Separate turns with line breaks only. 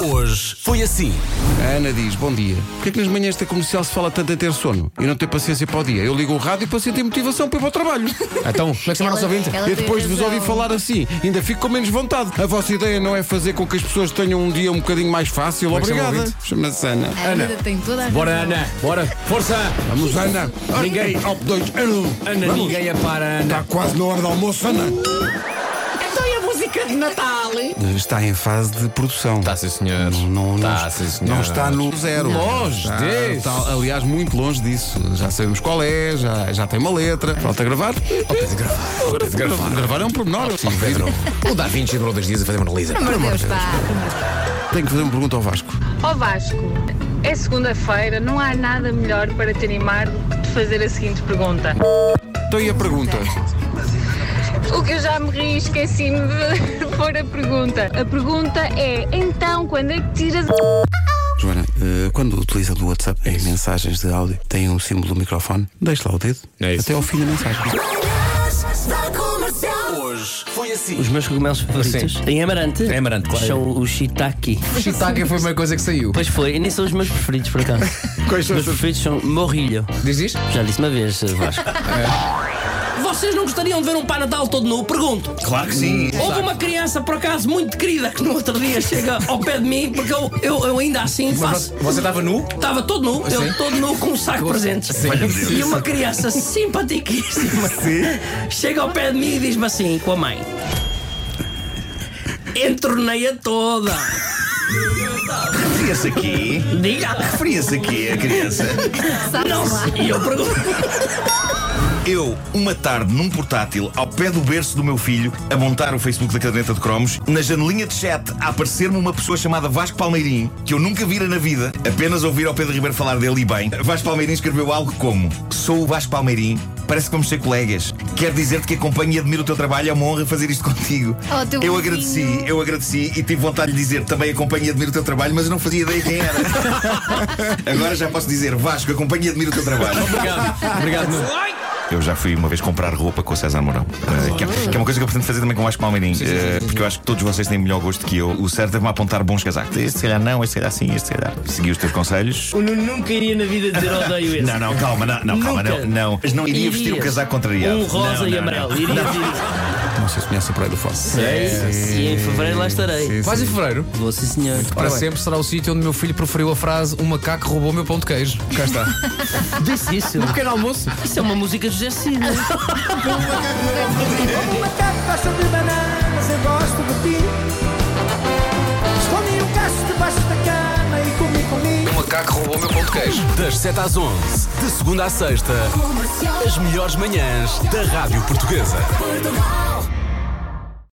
Hoje foi assim.
A Ana diz: Bom dia. Porquê é que nas manhãs da comercial se fala tanto a ter sono e não ter paciência para o dia? Eu ligo o rádio para sentir motivação para ir para o trabalho. Então, como é que se chama a nossa
Ela-
ouvinte?
ela
Eu
tem
depois de vos
razão.
ouvir falar assim, ainda fico com menos vontade. A vossa ideia não é fazer com que as pessoas tenham um dia um bocadinho mais fácil?
é que se chama a
Obrigada.
ouvinte?
Chama-se Ana.
A Ana tem toda a
Bora,
razão.
Ana, bora, força!
Vamos, Ana.
Ninguém-
Op 2. Ana.
Ana,
Vamos.
ninguém a para, Ana.
Está quase na hora do almoço, Ana.
Então e a música de Natal?
Está em fase de produção.
Tá, sim, senhor.
Não, não,
Tá,
não,
sim, senhor.
não está no zero.
Longe
Está-
disso.
está, aliás, muito longe disso. Já sabemos qual é, já, já tem uma letra. Falta gravar. gravar. Gravar. é um pormenor. Sim, Pedro.
O Da Vinci durou dois dias a fazer Mona Lisa.
Meu Deus, pá.
Tenho que fazer uma pergunta ao Vasco.
Ó Vasco, é segunda-feira, não há nada melhor para te animar do que te fazer a seguinte pergunta.
Então e a pergunta?
O que eu já me ri, esqueci-me de pôr a pergunta. A pergunta é, então, quando é que tiras a...
Joana, eh, quando utiliza do WhatsApp
É
em mensagens de áudio, tem um símbolo do microfone, deixa lá o dedo
É isso.
até ao fim da mensagem.
Manhãs da comercial.
Hoje foi assim.
Os meus cogumelos favoritos em Amarante.
Em Amarante, claro.
São o shiitake.
O Chitaca foi a primeira coisa que saiu.
Pois foi, e nem são os meus preferidos por acaso.
Quais
os meus preferidos são morrilho.
Diz isto?
Já disse uma vez, eh, Vasco.
É.
Vocês não gostariam de ver um Pai Natal todo nu? Pergunto.
Claro que sim.
Houve uma criança, por acaso, muito querida que no outro dia chega ao pé de mim, porque eu, eu, eu ainda assim faço.
Você estava nu?
Estava todo nu, eu todo nu com um saco de presentes. E uma criança simpaticíssima chega ao pé de mim e diz-me assim com a mãe: Entornei-a toda.
Referia-se aqui.
Diga.
Referia-se aqui a criança.
Não sei. E eu pergunto:
Eu, uma tarde, num portátil, ao pé do berço do meu filho, a montar o Facebook da caderneta de cromos, na janelinha de chat, a aparecer-me uma pessoa chamada Vasco Palmeirim, que eu nunca vira na vida, apenas ouvir ao Pedro Ribeiro falar dele e bem. Vasco Palmeirim escreveu algo como: Sou o Vasco Palmeirim, parece que vamos ser colegas. Quero dizer-te que acompanho e admiro o teu trabalho, é uma honra fazer isto contigo.
Oh, teu
eu
bonitinho.
agradeci, eu agradeci e tive vontade de lhe dizer também acompanho e admiro o teu trabalho, mas eu não fazia ideia quem era. Agora já posso dizer: Vasco, acompanho e admiro o teu trabalho.
Obrigado. Obrigado, Nuno.
Eu já fui uma vez comprar roupa com o César Mourão, eh, que, é, que é uma coisa que eu pretendo fazer também com o Vasco Palmeirinho, eh, porque eu acho que todos vocês têm melhor gosto que eu. O César deve-me apontar bons casacos. Este se calhar não, este se calhar sim, este se calhar. Segui os teus conselhos.
O Nuno nunca iria na vida dizer odeio esse.
Não, não, calma, não, não calma,
Nunca.
não, não. Mas não iria vestir o
Irias.
casaco contrariado.
Um rosa
Não,
e
não,
amarelo.
não.
Iria dizer.
Não sei se conhece o Praia do Fosso.
isso. E em fevereiro lá estarei.
Vais É em fevereiro?
Vou, sim, senhor.
Para sempre será o sítio onde meu filho preferiu a frase: Um macaco roubou meu pão de queijo. Cá está.
Disse isso.
Um Pequeno almoço?
Isso é uma música de José Cida.
Como uma macaco gosta de bananas, eu gosto de ti. Escondi um cacho debaixo da cama e comi, comi.
Um macaco roubou meu pão de queijo.
Das 7 às 11, de segunda à sexta, as melhores manhãs da Rádio Portuguesa.
Portugal.